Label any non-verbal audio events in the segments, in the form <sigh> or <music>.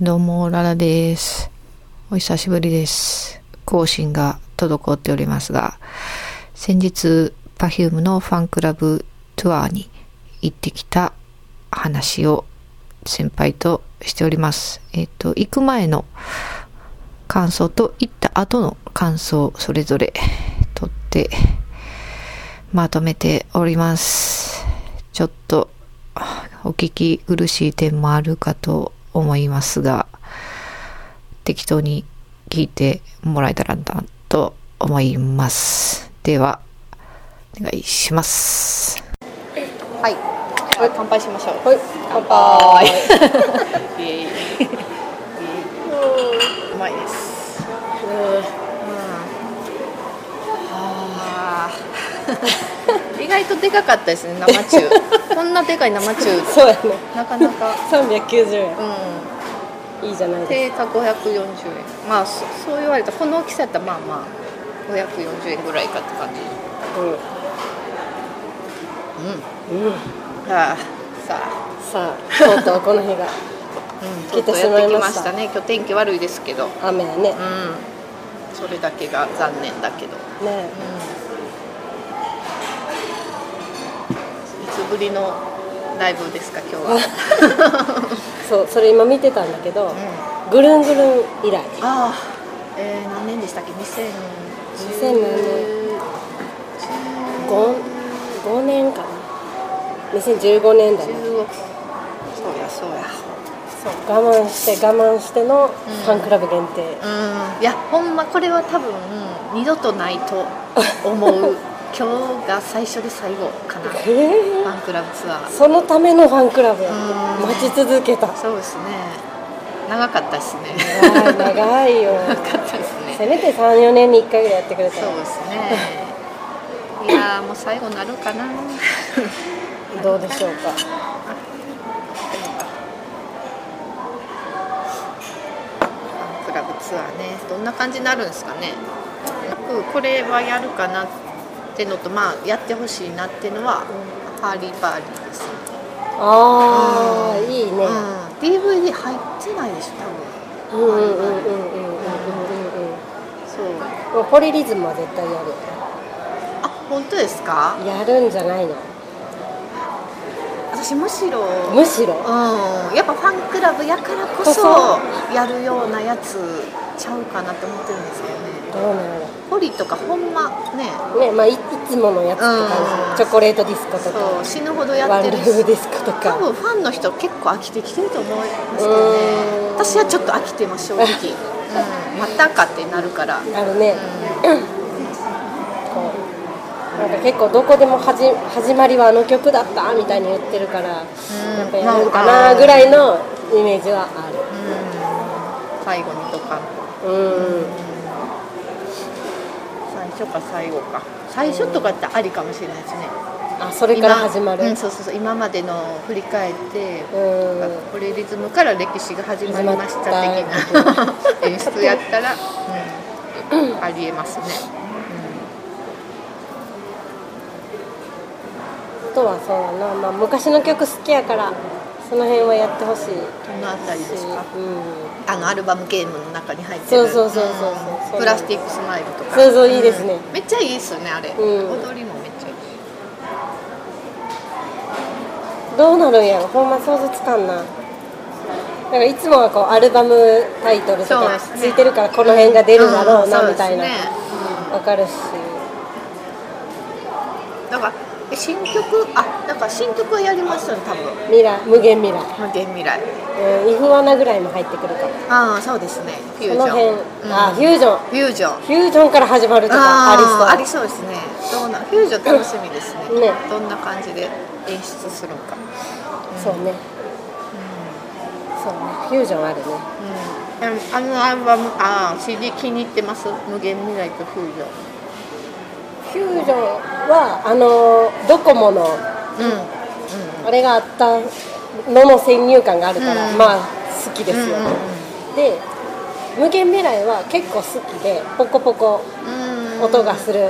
どうも、ララです。お久しぶりです。更新が滞っておりますが、先日、Perfume のファンクラブツアーに行ってきた話を先輩としております。えっ、と、行く前の感想と行った後の感想、それぞれ取ってまとめております。ちょっと、お聞き苦しい点もあるかと思いますが、適当に聞いてもらえたらなと思います。では、お願いします。はい。はい、乾杯しましょう。はい、乾 <laughs> 杯。イエイ。うまいです。うん。あ <laughs> あ。意外とでかかったですね、生 <laughs> 中。こんなでかい生中。そうやね。なかなか。三百九十円。。うんいいじゃないですか。定価五百四十円。まあ、そそう言われた、この大きさやったら、まあまあ。五百四十円ぐらいかって感じ。ううん。ん、うん、はあさあさあとうとうこの日がうん、来てしまいましたね今日天気悪いですけど雨やねうんそれだけが残念だけどね、うん、いつぶりのライブですか今日はそうそれ今見てたんだけど、うん、 <laughs> ぐるんぐるん以来ああえー、何年でしたっけ2010 2007年5年かな2015年だねそうやそうやそう我慢して我慢してのファンクラブ限定、うんうん、いやほんまこれは多分二度とないと <laughs> 思う今日が最初で最後かな、えー、ファンクラブツアーそのためのファンクラブ、うん、待ち続けたそうですね長かったですね長い <laughs> よ長かったですねせめて34年に1回ぐらいやってくれたそうですね <laughs> いやもう最後なるかなどうでしょうかクラブツアーねどんな感じになるんですかねこれはやるかなってのとまあやってほしいなってのは、うん、ハーリー・バーリーですああ、うん、いいね、うん、 DVD 入ってないでしょ多分うんうんうんうんうんうんうんうんそうポリリズムは絶対やるよね本当ですかやるんじゃないの私むしろむしろ、うん、やっぱファンクラブやからこそやるようなやつちゃうかなって思ってるんですよねどうなのポリとかほんまねねまあいつものやつとか、うん、チョコレートディスコとか死ぬほどやってるしワンルーディスコとか多分ファンの人結構飽きてきてると思いますけどね私はちょっと飽きてます正直、うん、またかってなるからあるね、うんなんか結構どこでも始始まりはあの曲だったみたいに言ってるから、うん、やっぱやるのかなぐらいのイメージはあうる、ん、最後にとかうん、最初か最後か最初とかってありかもしれないですね、うん、あそれから始まる、うん、そうそうそう今までの振り返って、うん、これリズムから歴史が始まりました的な演出やったら、うん、ありえますね、とはそうやな、まあ、昔の曲好きやからその辺はやってほしいどのあたりですか、うん、あのアルバムゲームの中に入ってるそうそうそうそうそう、プラスティックスマイルとかそうそういいですね、うん、めっちゃいいですよねあれ、うん、踊りもめっちゃいいどうなるんやろほんま想像つかんななんかいつもはこうアルバムタイトルとかついてるからこの辺が出るだろうなみたいな、ね、分かるしだから新曲あなんか新曲はやりますよね多分未来無限未来無限未来うん、イフワナぐらいも入ってくるかもああそうですねフュージョンその辺、うん、あフュージョンフュージョンフュージョンから始まるとかありそうありそうですねどうなフュージョン楽しみですねねどんな感じで演出するのか、うん、そうね、うん、そうねフュージョンあるねうんあのアルバムあー CD 気に入ってます無限未来とフュージョンフュージョンはあのドコモの、うんうん、あれがあったのの先入観があるから、うん、まあ好きですよ、ね、うん、で「無限未来」は結構好きでポコポコ音がする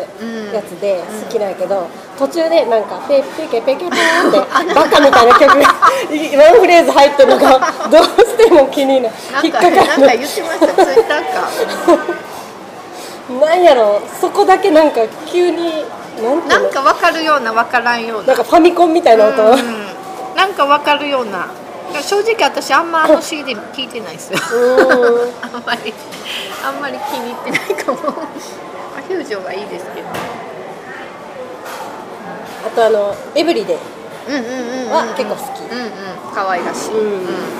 やつで好きなんやけど途中でなんか「ペペ <laughs> ケペケペー」ってバカみたいな曲がワンフレーズ入ってるのがどうしても気気にななん引っかかかなんかる言ってましたツイッターかなんやろそこだけなんか急になんていうなのんか分かるような分からんようななんかファミコンみたいな音、うんうんなんか分かるような正直私あんまあの CD 聞いてないですよ <laughs> あんまりあんまり気に入ってないかも <laughs> アヒュージョがいいですけどあとあのエブリデイうんうんうんうんは結構好きうんうん可愛らしい、うん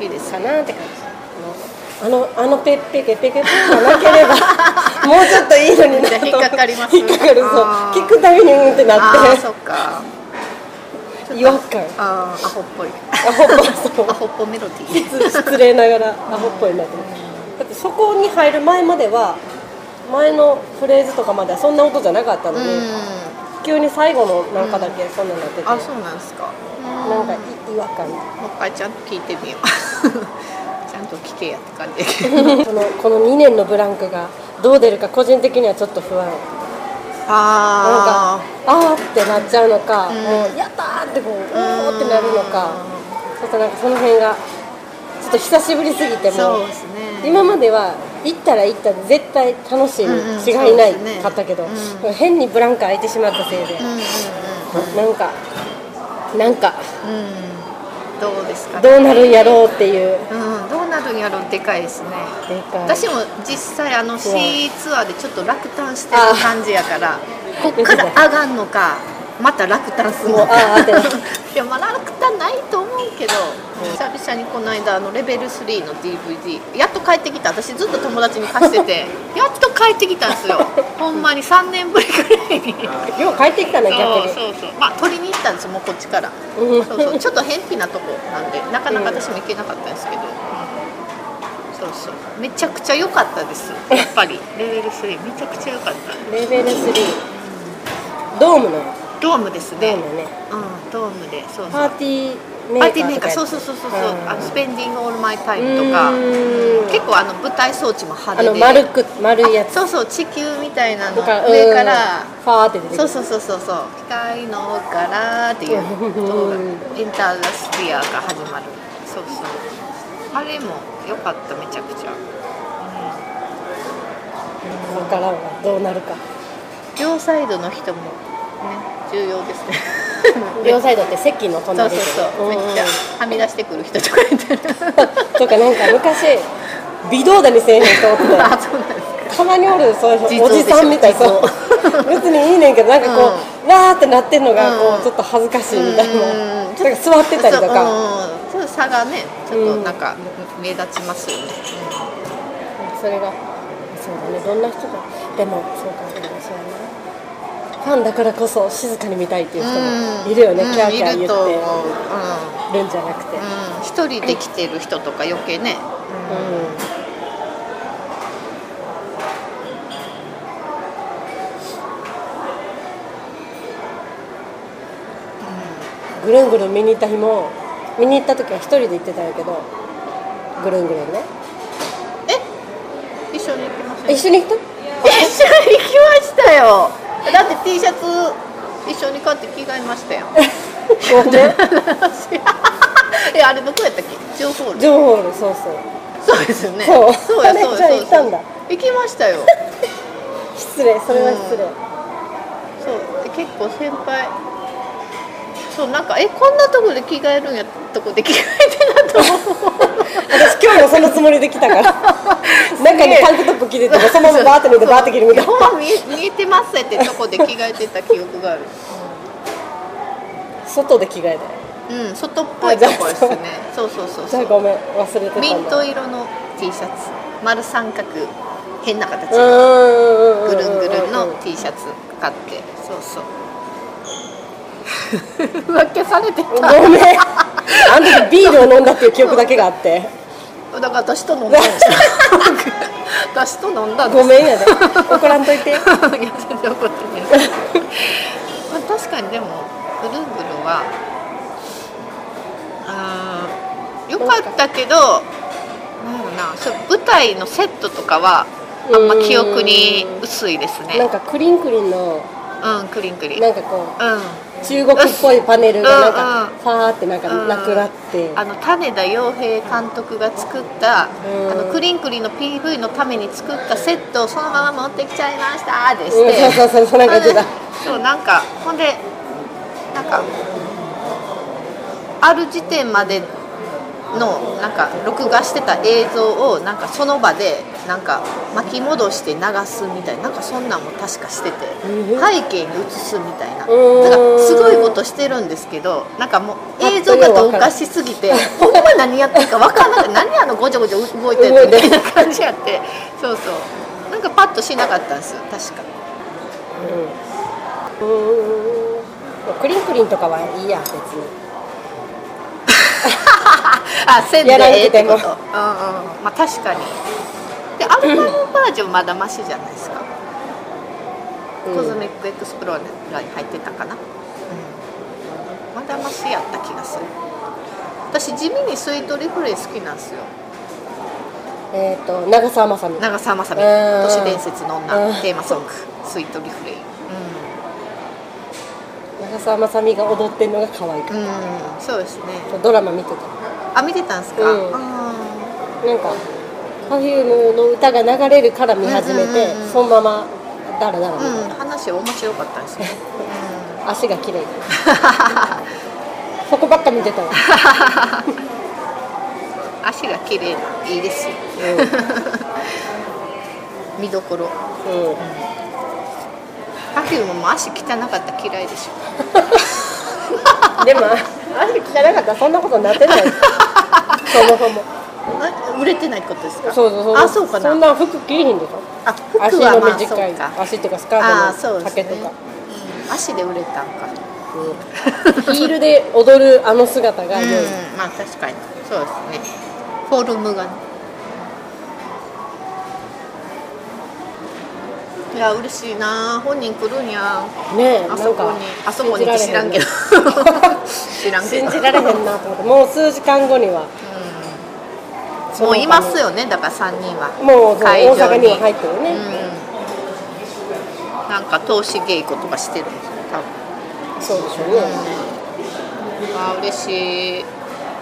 いいですかねなって感じあのあのペッペケペケペがなけ <laughs> ればもうちょっといいのになと思て引っかかります引っかかるそうあー聞くたびにうんってなああってそっか違和感あーアホっぽいアホっぽいそうアホっぽメロディー失礼ながらアホっぽいなと思ってだってそこに入る前までは前のフレーズとかまではそんな音じゃなかったのうに、ん急に最後のなんかだけそんなになってて、あそうなんですかなんかい違 <laughs> 和感もう一回ちゃんと聞いてみよう <laughs> ちゃんと聞けやって感じやけどこのこの2年のブランクがどう出るか個人的にはちょっと不安なんかああーってなっちゃうのか、んもうやったーってこうおーーってなるのかちょっとなんかその辺がちょっと久しぶりすぎてそうもですね今までは行ったら行ったで絶対楽しいに違いないうんうんそうですねかったけど、う変にブランク空いてしまったせいで、うんうんなんかなんかうんうんどうですかねどうなるんやろうっていううんどうなるんやろでかいですねでかい私も実際あの C ツアーでちょっと落胆してる感じやからこっから上がんのかまた落胆するのもうあかーってな <laughs> いやまあ落胆ないと思うけど久々にこの間あのレベル3の DVD やっと帰ってきた私ずっと友達に貸してて <laughs> やっと帰ってきたんですよほんまに3年ぶりぐらいによう帰ってきたねそう逆にそうそうまあ取りに行ったんですもうこっちからうんそうそうちょっと偏僻なとこなんでなかなか私も行けなかったんですけど、そうそうめちゃくちゃ良かったですやっぱりレベル3めちゃくちゃ良かったレベル3ドームのドームですドねームねうんドームでそうそうパパーティーメーーティーカメーーとカーかやそうつそうそうそううんあのスペンディングオールマイタイムとかうーん結構あの舞台装置も派あ手での丸く丸いやつそうそう地球みたいなのとか上からうんファーって出てくそうるそうそうそうそう光のからっていう動画インターラスピアが始まるそうそうあれも良かっためちゃくちゃここからはどうなるか両サイドの人もね重要ですね両サイドって席のそう隣そうでそうめん <laughs> っちゃはみ出してくる人とかいてるとかなんか昔微動だにせえへんと思って <laughs> あそうなんですかたまにおるそう地いう蔵おでしじょさんみたいな地蔵 <laughs> 別にいいねんけどなんかこう、わーってなってんのがこう、うんちょっと恥ずかしいみたいな,、うんなんか座ってたりとかそううんそう差がねちょっとなんか目立ちますよね、それがそうだねどんな人かでもそうかそうやなファンだからこそ静かに見たいっていう人もいるよね、うんキャーキャー言いるってと思ううんるんじゃなくて、うん一人で来てる人とか余計ね、ぐるんぐるん見に行った日も見に行った時は一人で行ってたんやけどぐるんぐるんねえ一緒に行きません一緒に行った一緒に行きましたよだって T シャツ一緒に買って着替えましたよごめんいやあれどこやったっけジョーホールジョンホールそうそうそうですよねそうそうやあれそうやじゃあそうや行ったんだ行きましたよ失礼それは失礼、そうで結構先輩そうなんかえこんなとこで着替えるんやとこで着替えてなと思う私今日もそのつもりで来たから <laughs> 中にタンクトップ着ててもそのままバーって脱いでバーって着るみたいなほんま見え見えてますってとこで着替えてた記憶がある外で着替えたようん、外っぽいとこですね。そうそうそうじそゃあう。ごめん忘れてたんだミント色の T シャツ、丸三角、変な形、うんぐるんぐるんのうん T シャツ買って、そうそう。 <laughs> 浮気されてごた。めんあの時ビールを飲んだっていう記憶だけがあってだから私と飲んだんですよ。私と飲んだんです <laughs> ごめんやで怒らんといてい <laughs> や全然怒ってないですまあ確かにでもぐるんぐるんはあーよかったけどなんやろなそう舞台のセットとかはあんま記憶に薄いですなんねかクリンクリンのうんクリンクリンうなんんかこう中国っぽいパネルがなんかうんうんファーってなんかなくなって、あの種田洋平監督が作った、うんあのクリンクリの PV のために作ったセットをそのまま持ってきちゃいましたでうしんて、そうそうそうそうなんか言ってたそうなんかほんでなんかある時点までのなんか録画してた映像をなんかその場でなんか巻き戻して流すみたいななんかそんなんも確かしててえー背景に映すみたいななんーんかすごいことしてるんですけどなんかもう映像が同化しすぎてほんま何やってるか分からなくて何あのごちゃごちゃ動いてるみたいな感じやってそうそうなんかパッとしなかったんですよ確か。うんうーんクリンクリンとかはいいや別に <laughs> あ線でやらなええっくててもことうんうんまあ確かにでアンパンバージョンまだマシじゃないですか、うんコズミックエクスプローラーに入ってたかな、うん、まだマシやった気がする私地味にスイートリフレイ好きなんですよえっ、と長澤まさみ長澤まさみうん都市伝説のう女んテーマソングスイートリフレイ長澤まさみが踊ってるのが可愛い、うん、うん、そうですねドラマ見てたあ見てたんですか、うんうんなんか Perfume の歌が流れるから見始めて、うんうんうんうんそのままだらだら見てうん、話面白かったです <laughs> ね、足が綺麗そこばっか見てたわ、うん、足が綺麗ないいですようんうん見どころパフュームも足汚かったら嫌いでしょでも足汚かったらそんなことになってない <laughs> そもそもえ売れてないことですかそうそうそうあそうかなそんな服着れへんでしょあ服足はのまあそう短い、か足っていうかスカあーーそトうのですね丈とか、うん足で売れたんかうんヒールで踊るあの姿うが良い、んまあ確かにそうですねフォルムがねいや嬉しいな本人来るんやねえあそこにあそこにって知らんけ <laughs> ど知 <laughs> らんけど信じられへんな信じられへんなと思ってもう数時間後にはうんもういますよねだから3人はもうそう会場大阪には入ってるね、うんなんか投資稽古とかしてるんですよ多分そうでしょうね、あー嬉しい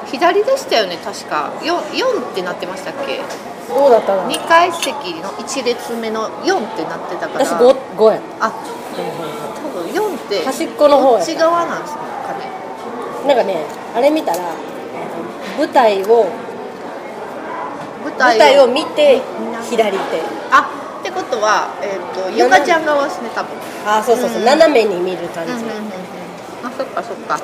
左でしたよね確か 4, 4ってなってましたっけどうだったの2階席の1列目の4ってなってたから私 5, 5やっあた、多分4って端っこの方こやっったち側なんですかねなんかねあれ見たら舞台を舞台舞を台を見て左手あってことは、えー、とゆかちゃん側ですね多分ああそうそうそう、うん斜めに見る感じ、あそっかそっか、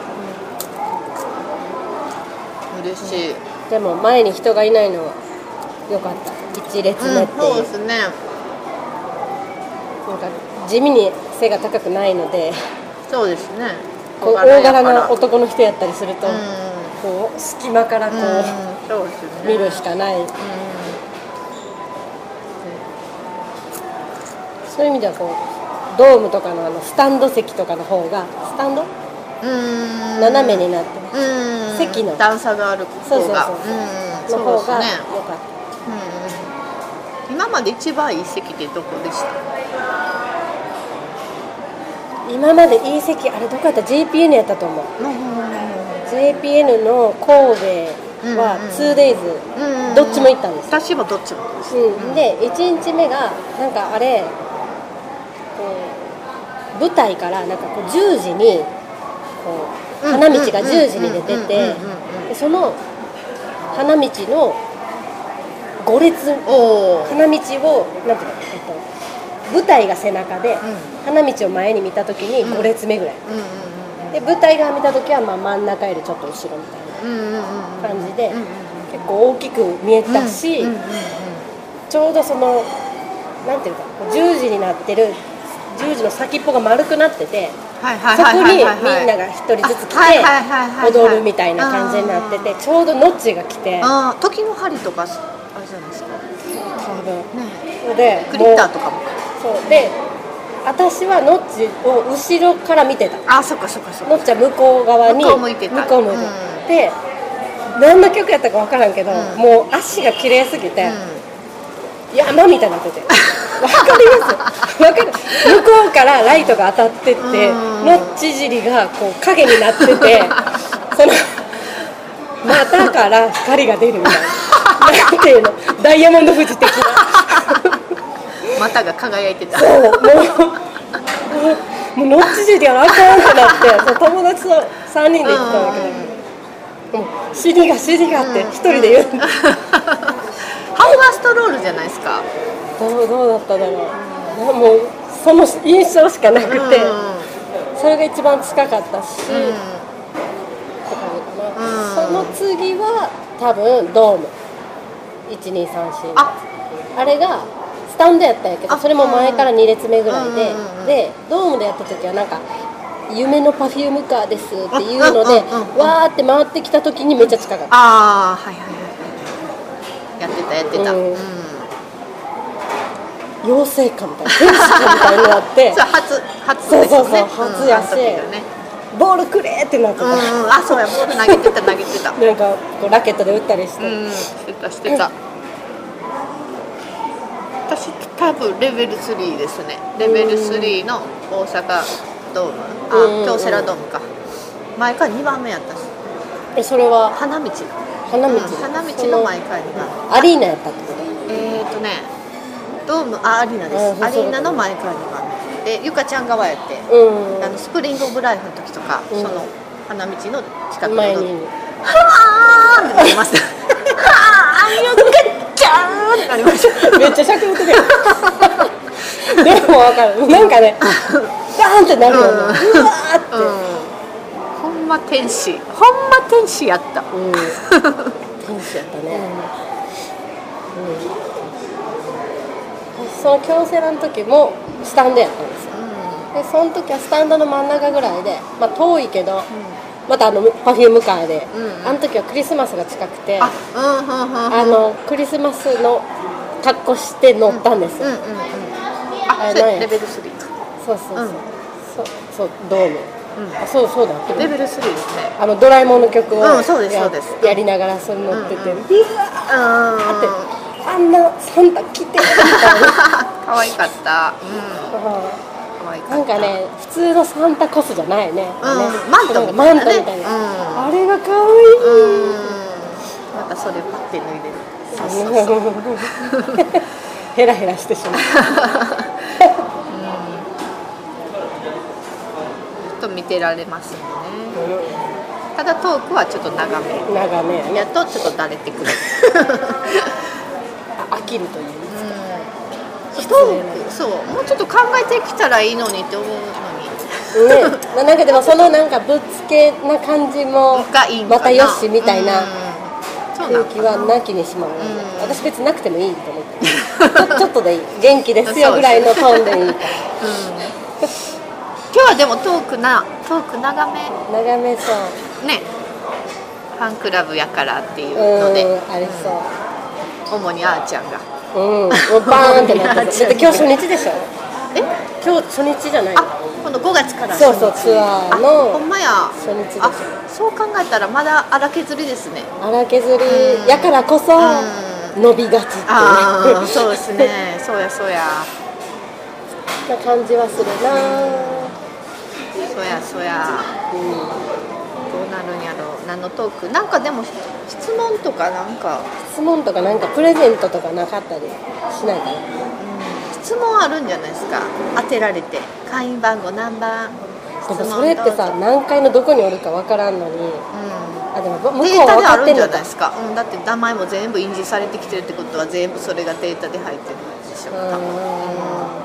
嬉しい、でも前に人がいないのは良かった一列目っていう、そうですねなんか地味に背が高くないのでそうですねこう小柄大やから柄な男の人やったりすると、うんこう隙間からこう、うんそうですね見るしかないそういう意味ではこうドームとかのあのスタンド席とかの方がスタンドうん斜めになってます、うん席の段差がある方がそうそうそうその方うがです良ねかっうん今まで一番いい席ってどこでしたた、今までいい席あれどこやった JPN やったと思ううん JPN の神戸はうんうん 2days、うんうんどっちも行ったんです私よ、もどっちもですうんで1日目がなんかあれこう舞台からなんかこう10時にこう花道が10時に出てうてんうんうんうんうんうんでその花道の5列おお花道をなんていうの、えっと、舞台が背中で、花道を前に見た時に5列目ぐらい、うんで舞台側見た時はまあ真ん中よりちょっと後ろみたいうんうんうんな感じで、うんうん結構大きく見えたし、うんうんうんちょうどそのなんていうかこう10時になってる10時の先っぽが丸くなっててはいそはいこはいはにみいんはいなが1人ずつあはいはいはいはい来てはい踊るみたいな感じになっててちょうどノッチが来てああ時の針とかあれじゃないですか多分ねでクリッターもとかもうそうで私はノッチを後ろから見てたあそっかそっかそっかのっちゃん向こう側に向こう向いてた向こう向いてたで何の曲やったか分からんけど、うんもう足が綺麗すぎて、うん山みたいになっててわかりますわかる向こうからライトが当たってってうんのっち尻がこう影になっててその股から光が出るみたいななんていうのダイヤモンド富士的な股が輝いて <laughs> たそうもうもうのっち尻やらあかんってなってそう友達と3人で行ったんだけどもう尻が尻がって一人で言う <laughs> ハーバーストロールじゃないですかどうどうだっただろう、もうその印象しかなくて、それが一番近かったうし、んって感じかうな、んその次は多分ドーム1234ああれがスタンドやったんやけどあそれも前から2列目ぐらいで、うんうんうんうんでドームでやった時はなんか「夢のパフュームカーです」ってうんいうので、うんうんうんわーって回ってきた時にめっちゃ近かったあーはいはいはいやってたやってた、うんうん妖精かみたいな天使かみたいになって <laughs> それ初初ですよそうそうねそう初やしうんあの時がね「ボールくれ!」ってなってうた。んあそうやボール投げてた投げてたうなんかこうラケットで打ったりして、んしてたしてた私多分レベル3ですねレベル3の大阪ドームうんあうんうん京セラドームか前から2番目やったしえそれは花道花道、うん花道の前から2番目そのアリーナやったってことえー、とねドームあアリーナであそうすそうアリーナの前から2番目でゆかちゃん側やって、うんあのスプリング・オブ・ライフの時とか、うんその花道の近くの前ドーにムはーってなりました <laughs> はーゆかちゃんってなりましためっちゃしゃくって <laughs> るでも分かるなんかねガーンってなるよね、ううんわうーって、んほんま天使ほんま天使やったうん天使やったね、うんその京セラの時もスタンドやったんですよでその時はスタンドの真ん中ぐらいで、まあ、遠いけど、またあのパフュームカーで、うんうんあの時はクリスマスが近くてああうんうんうんのクリスマスの格好して乗ったんですうんうよ、んうんああそれ何レベル3かそうそうそう、うんそそうドーうんム、あそうそうだってレベル3ですねあのドラえもんの曲をや,、うんそうですそうですやりながらそれ乗ってて、うんビワーうんってあんなサンタ来て <laughs> みたいな可愛かった。うん、う可愛かっんた。なんかね普通のサンタコスじゃないね,、うん、ねマントみマたいンな、トね。みたいな、なあれが可う愛い、ん。うん。またそれパッて脱いでる。そうそうそう。 <laughs> ヘラヘラしてしまうずっと見てられますよね。ただトークはちょっと長め。長めやねやっとちょっとだれてく <laughs> る。飽きるといううん。トーク、そう、もうちょっと考えてきたらいいのにって思うのに。ね、ななんかでもそのなんかぶっつけな感じもがいいんかなまたよしみたいなうんそうな空ん気はなきにしもあらず、うん私別になくてもいいと <laughs> 思ってちょちょっとでいい元気ですよぐらいのトーンでいいかうん今日はでもトークな、トーク長め。ら長めそうねファンクラブやからっていううので、んありそ主にあーちゃんがううんもうバーンってなっ <laughs> てそうだって今日初日でしょえ今日初日じゃないあこの5月からそうそうツアーあほんのまや初日ですあそう考えたらまだ荒削り <laughs> ですね荒削りやからこそう伸びがちっていうああそうですねそうやそうやな感じはするなそうやそうやどうなるんやろう何のトークなんかでも質問とかなんか質問とかなんかプレゼントとかなかったりしないかな質問あるんじゃないですか当てられて会員番号何番質でも問それってどうさぞ何階のどこにおるかわからんのにうんあでも向こうデータは分であかっるてんんじゃのないかですか、うん、だって名前も全部印字されてきてるってことは全部それがデータで入ってるんでしょううーん多分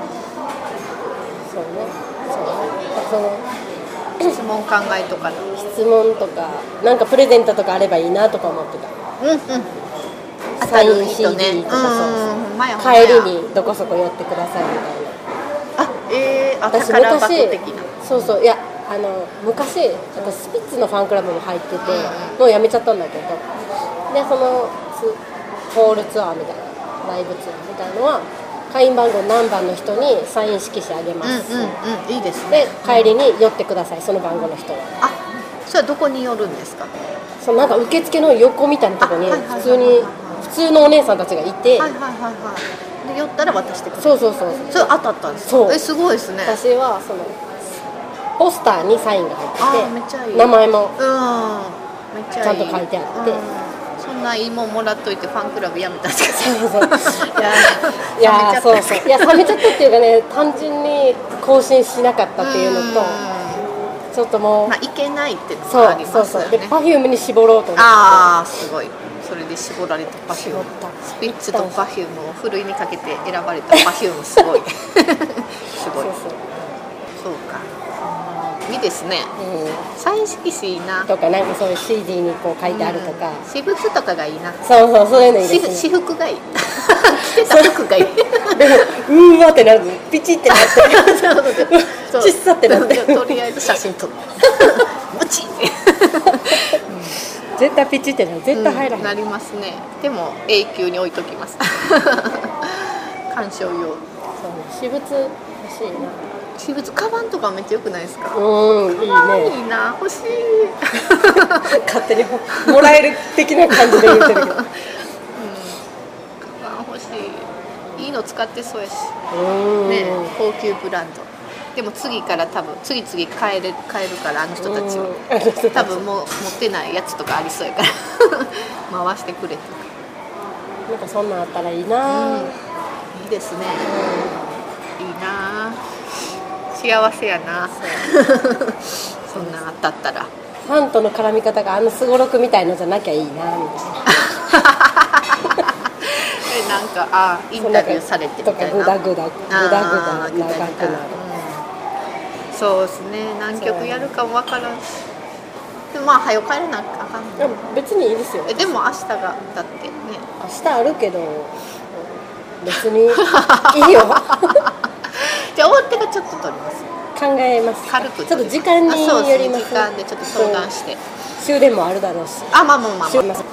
そうねそうねうん質問考えとかなその質問とかなんかプレゼントとかあればいいなとか思ってたうんうん当サたイるン人ね CD うんとかそうほんまやほんまや帰りにどこそこ寄ってくださいみたいなあえー、あ私宝箱昔的なそうそういやあの昔私スピッツのファンクラブも入ってて、もうやめちゃったんだけどでそのツホールツアーみたいなライブツアーみたいのは会員番号何番の人にサイン色紙あげまうんす、うんうんいいですねで帰りに寄ってくださいその番号の人はあそれはどこによるんですかそのなんか受付の横みたいなとこにあはいはいはいはい普通に普通のお姉さんたちがいて、はいはいはいはいで寄ったら渡してくれるそうそうそうそれ当たったんですかそうえすごいですね私はそのポスターにサインがあ入ーめっっちてゃいてい名前もうんめっちゃいいちゃんと書いてあってうんそんないいもんもらっといてファンクラブやめたんですそうそうけどいやいや冷めちーゃったんそでうすけそどういや冷めちゃったっていうかね単純に更新しなかったっていうのとちょっともう、まあいけないっていうのそがありうそまうすよそうねでパフュームに絞ろうと思ってああすごいそれで絞られたパフュ絞ームったスピッツとパフュームをふるいにかけて選ばれ <laughs> たパフュームすごいすそごういそうかいいですねそサう、イン色紙いいなうん、とかなんかそういう CD にこう書いてあるとか、うん私物とかがいいなそうそうそういうのいい私服です私ね服がいい <laughs> 着てた服がいいでもうーわってなるピチってなってそうちっさってなってとりあえず写真撮るムチ絶対ピチってなる絶対入らうんへん、なりますねでも永久に置いときます <laughs> 鑑賞用そう私物欲しいな私物カバンとかめっちゃ良くないですかうーんい可愛いねいな欲しい <laughs> 勝手にももらえる的な感じで言ってるけどカうバン欲しいいいの使ってそうやしーん、ね高級ブランドでも次から多分次々買える買えるからあの人たちはうんあの人たち多分もう持ってないやつとかありそうやから <laughs> 回してくれてなんかそんなんあったらいいな、いいですねいいな幸せやなそんなん当たったらファンとの絡み方があのすごろくみたいのじゃなきゃいいなみたいなえなんかあインタビューされてみとたいかなグダグダグあダーグダ長くなるうんそうですね何曲やるかもわからんしでもまあ早く帰らなきゃあかんでねも別にいいですよえでも明日がだって <laughs> ね明日あるけど別にい <laughs> いよじゃあ終わってからちょっと撮ります考えます軽くちょっと時間にあそうよりますね時間でちょっと相談して終電もあるだろうしあまあまあまあまあ終電もある